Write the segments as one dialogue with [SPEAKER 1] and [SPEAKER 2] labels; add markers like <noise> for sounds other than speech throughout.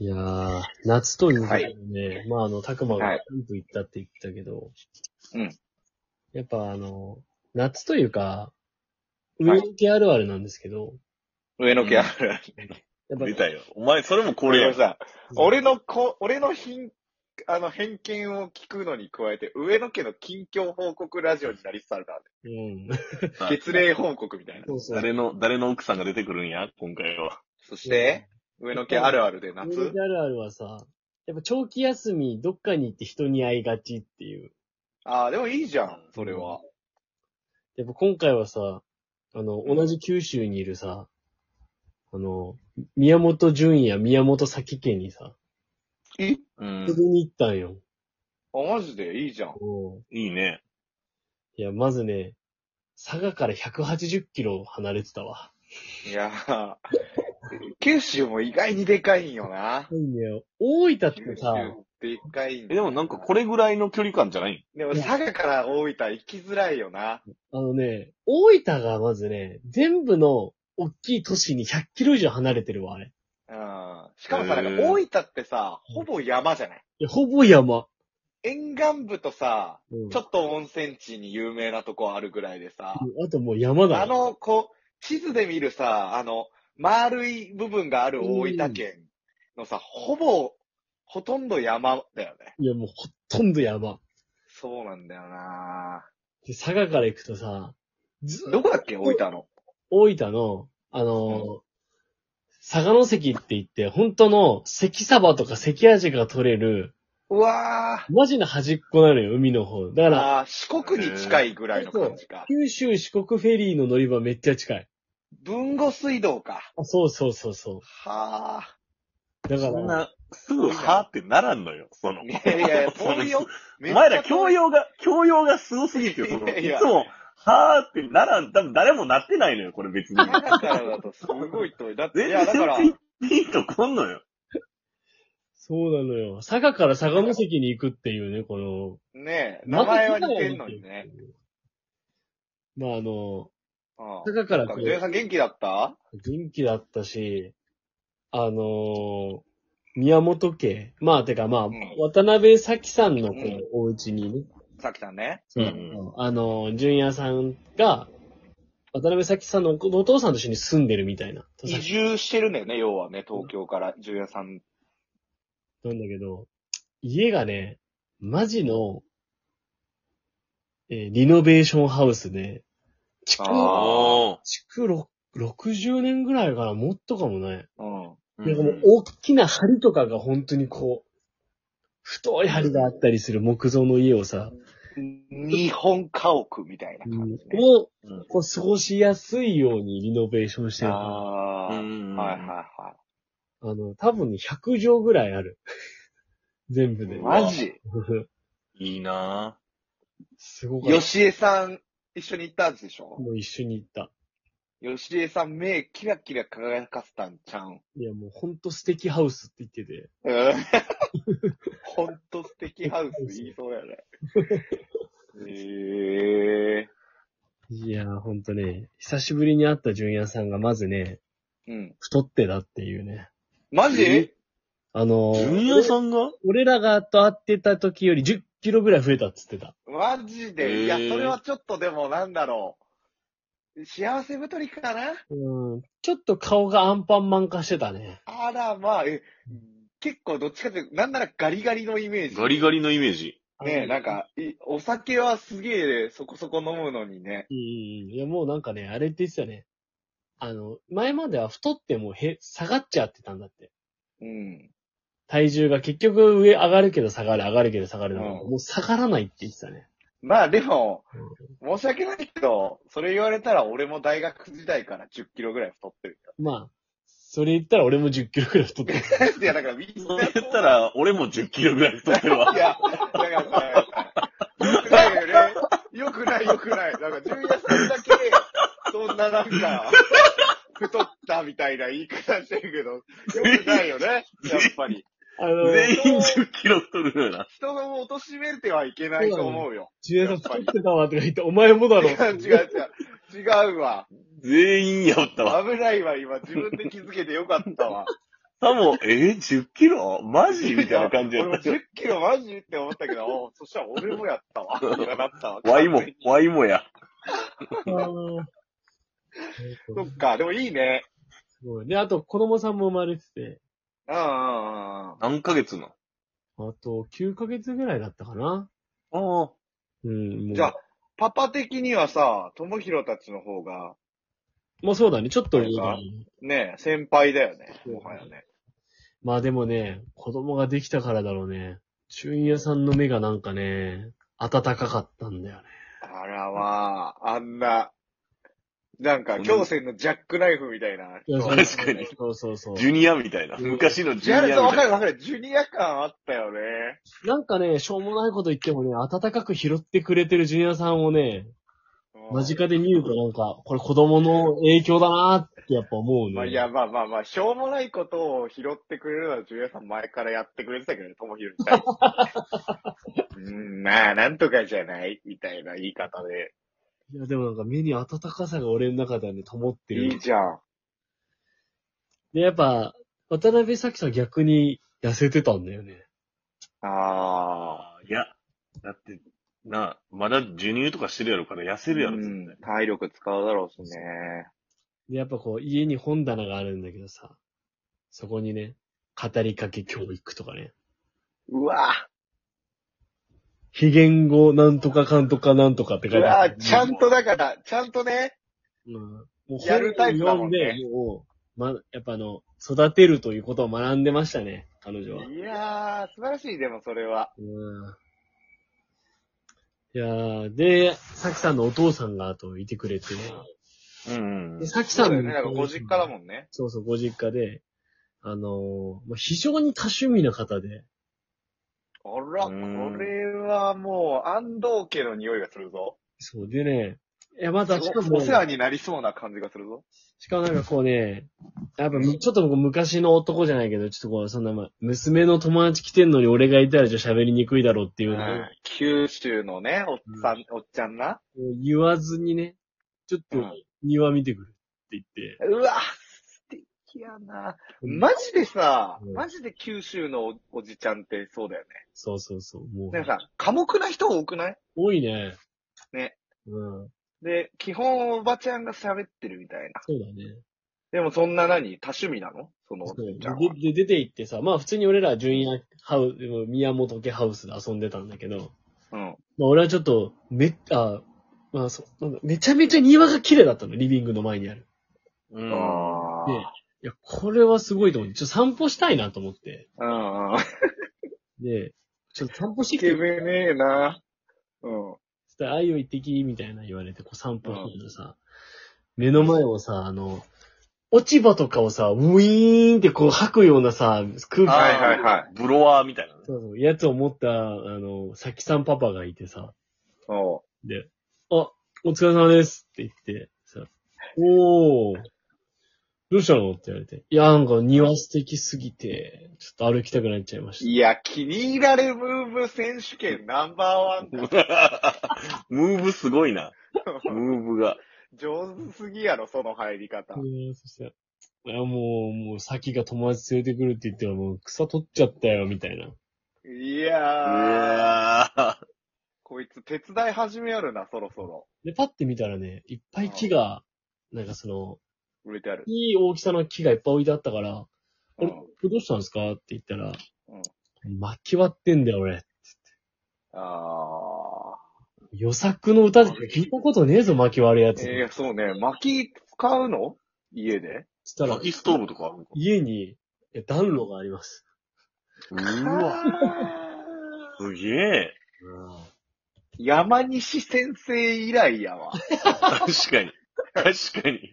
[SPEAKER 1] いやー、夏ということでね、ま
[SPEAKER 2] は
[SPEAKER 1] ああの、たくま
[SPEAKER 2] は
[SPEAKER 1] が
[SPEAKER 2] い
[SPEAKER 1] キャンプ行ったって言ってたけど、
[SPEAKER 2] うん
[SPEAKER 1] やっぱあの、夏というか、
[SPEAKER 2] は
[SPEAKER 1] 上
[SPEAKER 2] い
[SPEAKER 1] の木あるあるなんですけど、
[SPEAKER 3] 上の毛あるある。
[SPEAKER 1] やっぱ
[SPEAKER 3] 出たよ。お前、それもこ
[SPEAKER 2] こ
[SPEAKER 3] れ
[SPEAKER 2] れを
[SPEAKER 3] よ。
[SPEAKER 2] さ、
[SPEAKER 1] うん
[SPEAKER 2] 俺のこ、俺の貧、あの、偏見を聞くのに加えて、上野家の近況報告ラジオになりつつあるからね。
[SPEAKER 1] うん。
[SPEAKER 3] はい
[SPEAKER 2] 月齢報告みたいな。
[SPEAKER 1] そうそう。
[SPEAKER 3] 誰の、誰の奥さんが出てくるんや今回は。
[SPEAKER 2] そして、上野家あるあるで
[SPEAKER 1] 上の
[SPEAKER 2] 夏
[SPEAKER 1] 木あるあるはさ、やっぱ長期休み、どっかに行って人に会いがちっていう。
[SPEAKER 2] ああ、でもいいじゃん、それは。
[SPEAKER 1] やっぱ今回はさ、あの、同じ九州にいるさ、あの、宮本淳也、宮本崎家にさ、
[SPEAKER 2] え
[SPEAKER 3] うん
[SPEAKER 1] 遊。びに行ったんよ。
[SPEAKER 2] あ、マジでいいじゃん。
[SPEAKER 1] うん
[SPEAKER 3] いいね。
[SPEAKER 1] いや、まずね、佐賀から180キロ離れてたわ。
[SPEAKER 2] いやー、九州も意外にでかいんよな。
[SPEAKER 1] いいね。大分っ
[SPEAKER 2] 九
[SPEAKER 1] て
[SPEAKER 2] 州
[SPEAKER 1] さ、
[SPEAKER 2] でかいんよ
[SPEAKER 3] え、でもなんかこれぐらいの距離感じゃない
[SPEAKER 2] でも佐賀から大分行きづらいよな。
[SPEAKER 1] あのね、大分がまずね、全部の大きい都市に100キロ以上離れてるわ、あれ。い
[SPEAKER 2] うん。しかもさ、
[SPEAKER 3] へ
[SPEAKER 2] な
[SPEAKER 3] ー
[SPEAKER 2] んか大分ってさ、ほぼ山じゃない
[SPEAKER 1] や、ほぼ山。
[SPEAKER 2] 沿岸部とさ、
[SPEAKER 1] うん
[SPEAKER 2] ちょっと温泉地に有名なとこあるぐらいでさ、
[SPEAKER 1] あともう山だ。
[SPEAKER 2] あ、の、こう、地図で見るさ、あの、丸い部分がある大分県のさ、ほぼ、ほとんど山だよね。
[SPEAKER 1] いや、もうほとんど山。
[SPEAKER 2] そうなんだよな
[SPEAKER 1] で、佐賀から行くとさ、ず
[SPEAKER 2] どこだっけ大分の。
[SPEAKER 1] 大分の、あのー佐賀の関って言って、本当の関サバとか関アジが取れる、
[SPEAKER 2] うわー。
[SPEAKER 1] マジの端っこなのよ、海の方。だから、
[SPEAKER 2] あー四国に近いぐらいの感じか。
[SPEAKER 1] 九州四国フェリーの乗り場めっちゃ近い。
[SPEAKER 2] 豊後水道か。
[SPEAKER 1] あそうそうそうそ
[SPEAKER 2] はあ。
[SPEAKER 1] う。だか
[SPEAKER 3] そん
[SPEAKER 1] ら、
[SPEAKER 3] な、すぐはーってならんのよ、その。
[SPEAKER 2] いやいやいや、遠いよ。
[SPEAKER 3] <laughs> お前ら教
[SPEAKER 2] 養
[SPEAKER 3] 養が、教養がすごすぎてよ、そ
[SPEAKER 2] い
[SPEAKER 3] の。
[SPEAKER 2] やい
[SPEAKER 3] い
[SPEAKER 2] や
[SPEAKER 3] つも、はーってならん、多分誰もなってないのよ、これ別に。
[SPEAKER 2] 佐賀からだとすごい遠い。だって、い
[SPEAKER 3] 全
[SPEAKER 2] や、だから、
[SPEAKER 3] 然ピンとこんのよ。
[SPEAKER 1] そうなのよ。佐賀から佐賀の関に行くっていうね、この、
[SPEAKER 2] ねえ、名前は似てんのにね。。
[SPEAKER 1] まああの、
[SPEAKER 2] うん。
[SPEAKER 1] 佐賀からこ
[SPEAKER 2] ジュン
[SPEAKER 1] う、
[SPEAKER 2] さん元気だった
[SPEAKER 1] 元気だったし、あの宮本家、まあてかまあ、
[SPEAKER 2] うん
[SPEAKER 1] 渡辺咲さんのこう
[SPEAKER 2] うん
[SPEAKER 1] お家にね、
[SPEAKER 2] さきさんね。
[SPEAKER 1] そう
[SPEAKER 3] うん
[SPEAKER 1] あの、純也さんが、渡辺咲さんのおお父さんと一緒に住んでるみたいな。
[SPEAKER 2] 移住してるんだよね、要はね、東京から、ジュンヤさん。
[SPEAKER 1] なんだけど、家がね、マジの、えーリノベーションハウスで、築、
[SPEAKER 2] あ
[SPEAKER 3] お
[SPEAKER 1] 築ろ60年ぐらいかな、もっとかもね。
[SPEAKER 2] うん。
[SPEAKER 3] ー。
[SPEAKER 1] なんかもう大きな梁とかが本当にこう、太い梁があったりする木造の家をさ、
[SPEAKER 2] 日本家屋みたいな感じね。
[SPEAKER 1] を、
[SPEAKER 3] うん
[SPEAKER 1] こう過ごしやすいようにリノベーションしてるから。
[SPEAKER 2] ああ、
[SPEAKER 3] う
[SPEAKER 2] はい
[SPEAKER 3] ん
[SPEAKER 2] はいは
[SPEAKER 1] あの、多分ね、100畳ぐらいある。全部で。
[SPEAKER 2] い。
[SPEAKER 3] うわ
[SPEAKER 2] マジ
[SPEAKER 3] いいな
[SPEAKER 1] すごかった。
[SPEAKER 2] 吉江さん、一緒に行ったんでしょ
[SPEAKER 1] もう一緒に行った。
[SPEAKER 2] 吉江さん、目キラキラ輝かせたんちゃうん。
[SPEAKER 1] いや、もうほんと素敵ハウスって言ってて。
[SPEAKER 2] うんほんと素敵ハウス言いそうやね。へえ
[SPEAKER 1] いやー、ほんとね、久しぶりに会った純也さんがまずね、
[SPEAKER 2] ー。うん。
[SPEAKER 1] 太ってたっていうね。
[SPEAKER 2] マジ
[SPEAKER 3] え
[SPEAKER 1] あの
[SPEAKER 3] ジ
[SPEAKER 1] ー
[SPEAKER 3] ュニアさんが
[SPEAKER 1] 俺らがと会ってた時より10キロぐらい増えたっつってた。
[SPEAKER 2] マジで、いや、それはちょっとでもなんだろう。幸せ太りかな
[SPEAKER 1] うん。ちょっと顔がアンパンマン化してたね。
[SPEAKER 2] あら、まあ、え、結構どっちかというと、なんならガリガリのイメージ。
[SPEAKER 3] ガリガリのイメージ。
[SPEAKER 2] ねなん。か、いお酒はすげえそこそこ飲むのにね。
[SPEAKER 1] うんうんうん。いや、もうなんかね、あれって言ってたね。あの、前までは太ってもへ、下がっちゃってたんだって。
[SPEAKER 2] うん。
[SPEAKER 1] 体重が結局上上がるけど下がる、上がるけど下がるだから、
[SPEAKER 2] うん
[SPEAKER 1] もう下がらないって言ってたね。
[SPEAKER 2] まあでも、申し訳ないけど、それ言われたら俺も大学時代から10キロぐらい太ってる。
[SPEAKER 1] まあ、それ言ったら俺も10キロぐらい太ってる。
[SPEAKER 2] <laughs> いや、だからみん
[SPEAKER 3] そう
[SPEAKER 2] な
[SPEAKER 3] 言ったら、俺も10キロぐらい太ってるわ
[SPEAKER 2] い。や、だからさ、よくないよね。よくないよくない。なんか、純也さんだけ、そんななんか、太ったみたいな言い方してるけど、よくないよね。やっぱり。
[SPEAKER 1] あの、
[SPEAKER 3] 全員10キロ太るよな。
[SPEAKER 2] 人を貶としめてはいけないと思うよ。
[SPEAKER 1] ジュエさん太ってたわとか言って、お前もだ
[SPEAKER 2] 違う
[SPEAKER 1] ろ。
[SPEAKER 2] 違う違う。違うわ。
[SPEAKER 3] 全員やったわ。
[SPEAKER 2] 危ないわ、今。自分で気づけてよかったわ。
[SPEAKER 3] さも、えー、10キロマジみたいな感じや
[SPEAKER 2] 俺も
[SPEAKER 3] った。
[SPEAKER 2] 10キロマジって思ったけど、おそしたら俺もやった
[SPEAKER 3] <laughs>
[SPEAKER 2] わ。なったわ。
[SPEAKER 3] ワイも、ワイもや。
[SPEAKER 2] そっか、でもいいね。
[SPEAKER 1] すごい。で、あと子供さんも生まれてて、
[SPEAKER 2] うんうんうんうん。
[SPEAKER 3] 何ヶ月な
[SPEAKER 1] あと9ヶ月ぐらいだったかな。
[SPEAKER 3] のあ
[SPEAKER 1] うん。もう
[SPEAKER 2] じゃあ、パパ的にはさ、ともひろたちの方が、
[SPEAKER 1] まあそうだね。ちょっといい
[SPEAKER 2] そうかねえ、先輩だよね。
[SPEAKER 1] そう
[SPEAKER 2] もはやね。
[SPEAKER 1] まあでもね、子供ができたからだろうね。純也さんの目がなんかね、暖かかったんだよね。
[SPEAKER 2] あらわー、あんな、なんか、強戦のジャックナイフみたいな。
[SPEAKER 1] いや
[SPEAKER 2] そう
[SPEAKER 3] 確かに。
[SPEAKER 1] そうそうそう
[SPEAKER 3] あ。。ジュニアみたいな。
[SPEAKER 1] うん
[SPEAKER 3] 昔のジ
[SPEAKER 2] ジャ
[SPEAKER 3] ュニ
[SPEAKER 2] ル
[SPEAKER 3] ア
[SPEAKER 2] と
[SPEAKER 3] み
[SPEAKER 2] わ
[SPEAKER 3] た
[SPEAKER 2] か
[SPEAKER 3] い
[SPEAKER 2] るわかる。ジュニア感あったよね。
[SPEAKER 1] なんかね、しょうもないこと言ってもね、暖かく拾ってくれてるジュニアさんをね、
[SPEAKER 2] うん
[SPEAKER 1] 間近で見るとなんか、これ子供の影響だなってやっぱ思うね。
[SPEAKER 2] まあ、いや、まあまあまあ、しょうもないことを拾ってくれるのは、ジュニアさん前からやってくれてたけどね、ともひろに対して。うん、まあ、なんとかじゃないみたいな言い方で。
[SPEAKER 1] いやでもなんか目に温かさが俺の中ではね、灯って
[SPEAKER 2] いい
[SPEAKER 1] る。
[SPEAKER 2] じゃん。
[SPEAKER 1] で、やっぱ、渡辺咲さん逆に痩せてたんだよね。
[SPEAKER 2] ああ。
[SPEAKER 3] な。いや、だって、な、まだ授乳とかしてるやろから痩せるやろ、
[SPEAKER 2] う
[SPEAKER 3] 絶
[SPEAKER 2] ん体力使うだろうしね。
[SPEAKER 1] で、やっぱこう、家に本棚があるんだけどさ、そこにね、語りかけ教育とかね、
[SPEAKER 2] うわ
[SPEAKER 1] 非言語なんとかかんとかなんとかって書
[SPEAKER 2] う
[SPEAKER 1] いてあ
[SPEAKER 2] わ
[SPEAKER 1] る。
[SPEAKER 2] ちゃんとだから、ちゃんとね、
[SPEAKER 1] うん、もう
[SPEAKER 2] やるタイプだもんね
[SPEAKER 1] 本を読で、もう、ま、やっぱあの、育てるということを学んでましたね、彼女は。
[SPEAKER 2] いやー、素晴らしい、でもそれは。
[SPEAKER 1] うんいやー、で、さきさんのお父さんが後いてくれて、
[SPEAKER 3] 対。うんうん
[SPEAKER 1] で、。さき
[SPEAKER 2] そ
[SPEAKER 1] さ
[SPEAKER 2] う
[SPEAKER 1] の
[SPEAKER 2] んだよね、なんかご実家だもんね。
[SPEAKER 1] そうそう、ご実家で、あのーまあ、非常に多趣味な方で、
[SPEAKER 2] あら、
[SPEAKER 3] う
[SPEAKER 2] こ
[SPEAKER 3] ん
[SPEAKER 2] れはもう、安藤家の匂いがするぞ。
[SPEAKER 1] そうでね、いや、まだ、しか
[SPEAKER 2] お
[SPEAKER 1] も
[SPEAKER 2] お、世話になりそうな感じがするぞ。
[SPEAKER 1] しかもなんかこうね、やっぱむちょっとこう昔の男じゃないけど、ちょっとこう、そんな、まあ、娘の友達来てんのに俺がいたらちょっと喋りにくいだろうっていうのを
[SPEAKER 2] うん九州のね、おっさん、おっちゃんな。
[SPEAKER 1] こう言わずにね、ちょっと
[SPEAKER 2] うん
[SPEAKER 1] 庭見てくるって言って、
[SPEAKER 2] うわ素敵やな。マジでさ、
[SPEAKER 1] うん
[SPEAKER 2] マジで九州のおおじちゃんってそうだよね。
[SPEAKER 1] そうそうそう、もう
[SPEAKER 2] なん、かさ、寡黙な人多くない
[SPEAKER 1] 多いね。
[SPEAKER 2] ね。
[SPEAKER 1] うん。
[SPEAKER 2] で、基本おばちゃんが喋ってるみたいな。
[SPEAKER 1] そうだね。
[SPEAKER 2] でもそんな何多趣味なのそのお
[SPEAKER 1] そ
[SPEAKER 2] じ
[SPEAKER 1] う
[SPEAKER 2] ちゃんは。
[SPEAKER 1] で、で、出て行ってさ、まあ普通に俺ら純也ハウス、宮本家ハウスで遊んでたんだけど、
[SPEAKER 2] うん。
[SPEAKER 1] まあ俺はちょっと、め、あ、まあそう、なんだ、めちゃめちゃ庭が綺麗だったの、リビングの前にある。
[SPEAKER 3] うん
[SPEAKER 2] あ
[SPEAKER 1] で、いや、これはすごいと思って、ちょっと散歩したいなと思って。
[SPEAKER 2] あ。うんうん。
[SPEAKER 1] で、ちょっと散歩して
[SPEAKER 2] イ
[SPEAKER 1] きて
[SPEAKER 2] ケ
[SPEAKER 1] っ
[SPEAKER 2] メンねえな。うん。
[SPEAKER 1] つったら、あいよ行ってき、みたいな言われて、こう散歩してるとさ、目の前をさ、あの、落ち葉とかをさ、ウィーンってこう吐くようなさ、空気が
[SPEAKER 2] はいはいはい。
[SPEAKER 3] ブロワーみたいなね。
[SPEAKER 1] そうそう、やつを持った、あの、さきさんパパがいてさ、
[SPEAKER 2] そ
[SPEAKER 1] で、あ、お疲れ様ですって言って、さ、おー、どうしたのって言われて、いや、なんか庭素敵すぎて、ちょっと歩きたくなっちゃいま
[SPEAKER 2] う。
[SPEAKER 1] し
[SPEAKER 2] いや、気に入られムーブ選手権ナンバーワンだ。
[SPEAKER 3] <laughs> ムーブすごいな。ムーブが。
[SPEAKER 2] 上手すぎやろ、その入り方
[SPEAKER 1] た。。うんそしたら、いや、もう、もう、さきが友達連れてくるって言っては、もう草取っちゃったよ、みたいな。
[SPEAKER 2] いうやー。
[SPEAKER 3] わ
[SPEAKER 2] こいつ手伝い始めやるな、そろそろ。
[SPEAKER 1] で、パッて見たらね、いっぱい木が、なんかその、
[SPEAKER 2] 売れてある。
[SPEAKER 1] いい大きさの木がいっぱい置いてあったから、あ
[SPEAKER 2] う
[SPEAKER 1] れ、
[SPEAKER 2] ん
[SPEAKER 1] こ。れどうしたんですかって言ったら、巻き割ってんだよ、俺。
[SPEAKER 2] あ
[SPEAKER 1] 予作の歌で聞いたことねえぞ、巻き割るや
[SPEAKER 2] ー。
[SPEAKER 1] つ。
[SPEAKER 2] えー、そうね。薪使うの家で
[SPEAKER 1] つった
[SPEAKER 3] ー。
[SPEAKER 1] ら
[SPEAKER 3] 薪、ストーブとかあるのか
[SPEAKER 1] 家にえ暖炉があります。
[SPEAKER 3] うわ。
[SPEAKER 2] わ。
[SPEAKER 3] <laughs> すげえ。
[SPEAKER 2] 山西先生以来や
[SPEAKER 3] <laughs>
[SPEAKER 2] わ。
[SPEAKER 3] 確
[SPEAKER 2] <laughs>
[SPEAKER 3] かに。確かに。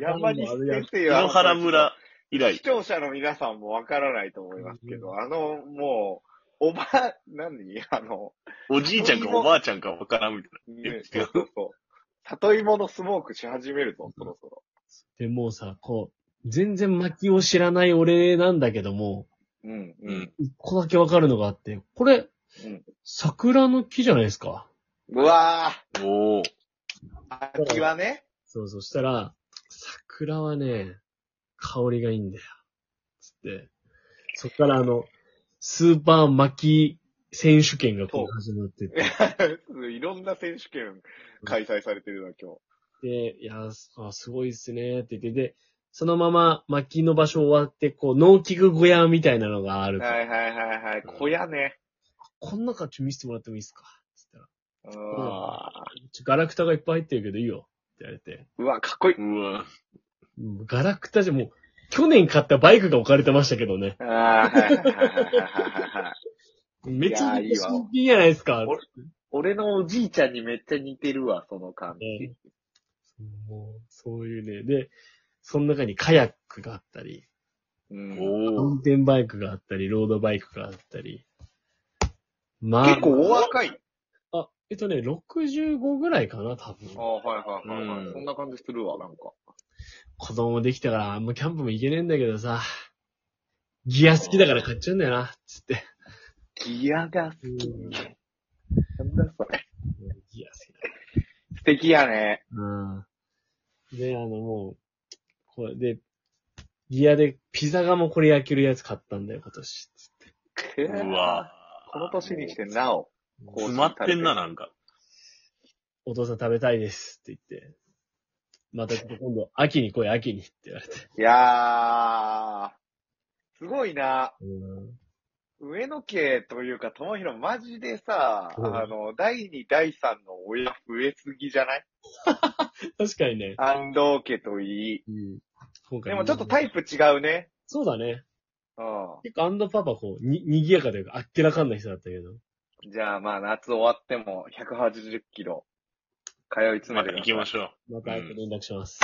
[SPEAKER 2] 山西先生
[SPEAKER 3] 野
[SPEAKER 2] は。<laughs>
[SPEAKER 3] 原村以
[SPEAKER 2] 視
[SPEAKER 3] 来。
[SPEAKER 2] 聴者の皆さんもわからないと思いますけど、あの、もう、おば、何 <laughs> あの、
[SPEAKER 3] おじいちゃんかおばあちゃんかわからんみたい
[SPEAKER 2] ね、
[SPEAKER 3] 違
[SPEAKER 2] そううそうそう。里芋のスモークし始めるぞ、そろそろ。
[SPEAKER 1] で、もうさ、こう、全然薪を知らない俺なんだけども、
[SPEAKER 2] うん、
[SPEAKER 3] な。
[SPEAKER 2] うん。。
[SPEAKER 1] 一個だけわかるのがあって、これ、
[SPEAKER 2] うん
[SPEAKER 1] 桜の木じゃないですか。
[SPEAKER 2] うわ
[SPEAKER 3] おー。
[SPEAKER 2] ー、秋はね、 <laughs>
[SPEAKER 1] そう、そしたら、桜はね、香りがいいんだよ。って、そっからあの、スーパー巻き選手権がこう始まってて、
[SPEAKER 2] いろんな選手権開催されてるな、今
[SPEAKER 1] で、いや、あすごいっすね、って言って、で、そのまま巻きの場所終わって、こう、農機具小屋みたいなのがある
[SPEAKER 2] 日。
[SPEAKER 1] から、
[SPEAKER 2] はいはいはいはい。小屋ね。
[SPEAKER 1] こん中ちょっと見せてもらってもいいですかつったら、
[SPEAKER 2] うん
[SPEAKER 1] ちょガラクタがいっぱい入ってるけどいいよ、って言われて。
[SPEAKER 2] うわ、かっこいい。
[SPEAKER 3] うわ。
[SPEAKER 1] うんガラクタじゃもう、去年買ったバイクが置かれてましたけどね。
[SPEAKER 2] ああ、はいはいはいはいはい。
[SPEAKER 1] めちゃめ
[SPEAKER 2] いやーいい
[SPEAKER 1] ちゃ
[SPEAKER 2] わ
[SPEAKER 1] 新品じゃないですか。
[SPEAKER 2] 俺俺のおじいちゃんにめっちゃ似てるわ、その感
[SPEAKER 1] ね。もう、そういうね。で、その中にカヤックがあったり、
[SPEAKER 2] うん、
[SPEAKER 3] お
[SPEAKER 1] 運
[SPEAKER 3] ー。
[SPEAKER 1] 転バイクがあったり、ロードバイクがあったり。まあ、
[SPEAKER 2] 結構お若い。
[SPEAKER 1] あ、えっとね、65ぐらいかな、多分。
[SPEAKER 2] ああ、はいはいはい、はい
[SPEAKER 3] うん
[SPEAKER 2] そんな感じするわ、なんか。
[SPEAKER 1] 子供できたから、あんまキャンプも行けねえんだけどさ、ギア好きだから買っちゃうんだよな、つって。
[SPEAKER 2] ギアが、
[SPEAKER 1] うん、
[SPEAKER 2] なんだそれ。
[SPEAKER 1] ギア好きだ
[SPEAKER 2] 素敵やね。
[SPEAKER 1] うん。で、あのもう、これで、ギアでピザがもこれ焼けるやつ買ったんだよ、今年。
[SPEAKER 3] うわ。
[SPEAKER 2] この年にしてなお。こう
[SPEAKER 3] 詰まってんな、なんか。
[SPEAKER 1] お父さん食べたいですって言って。また今度、秋に来い、秋にって言われて。
[SPEAKER 2] いやー、すごいな。
[SPEAKER 1] うん。
[SPEAKER 2] 上野家というか、友広マジでさ、
[SPEAKER 1] うん
[SPEAKER 2] あの、第2、第3の親増えすぎじゃない
[SPEAKER 1] 確かにね。
[SPEAKER 2] 安藤家といい。
[SPEAKER 1] うん。今
[SPEAKER 2] でもちょっとタ
[SPEAKER 1] イ
[SPEAKER 2] イプ違うね。
[SPEAKER 1] そうだね。
[SPEAKER 2] う
[SPEAKER 1] 結構アンドパパこう、に、賑やかというか、あっけらかんな人だったけど。
[SPEAKER 2] ん。じゃあまあ、夏終わっても180キロ、通い詰
[SPEAKER 3] ま
[SPEAKER 2] めて
[SPEAKER 3] た行きましょう。
[SPEAKER 1] また後で連絡します。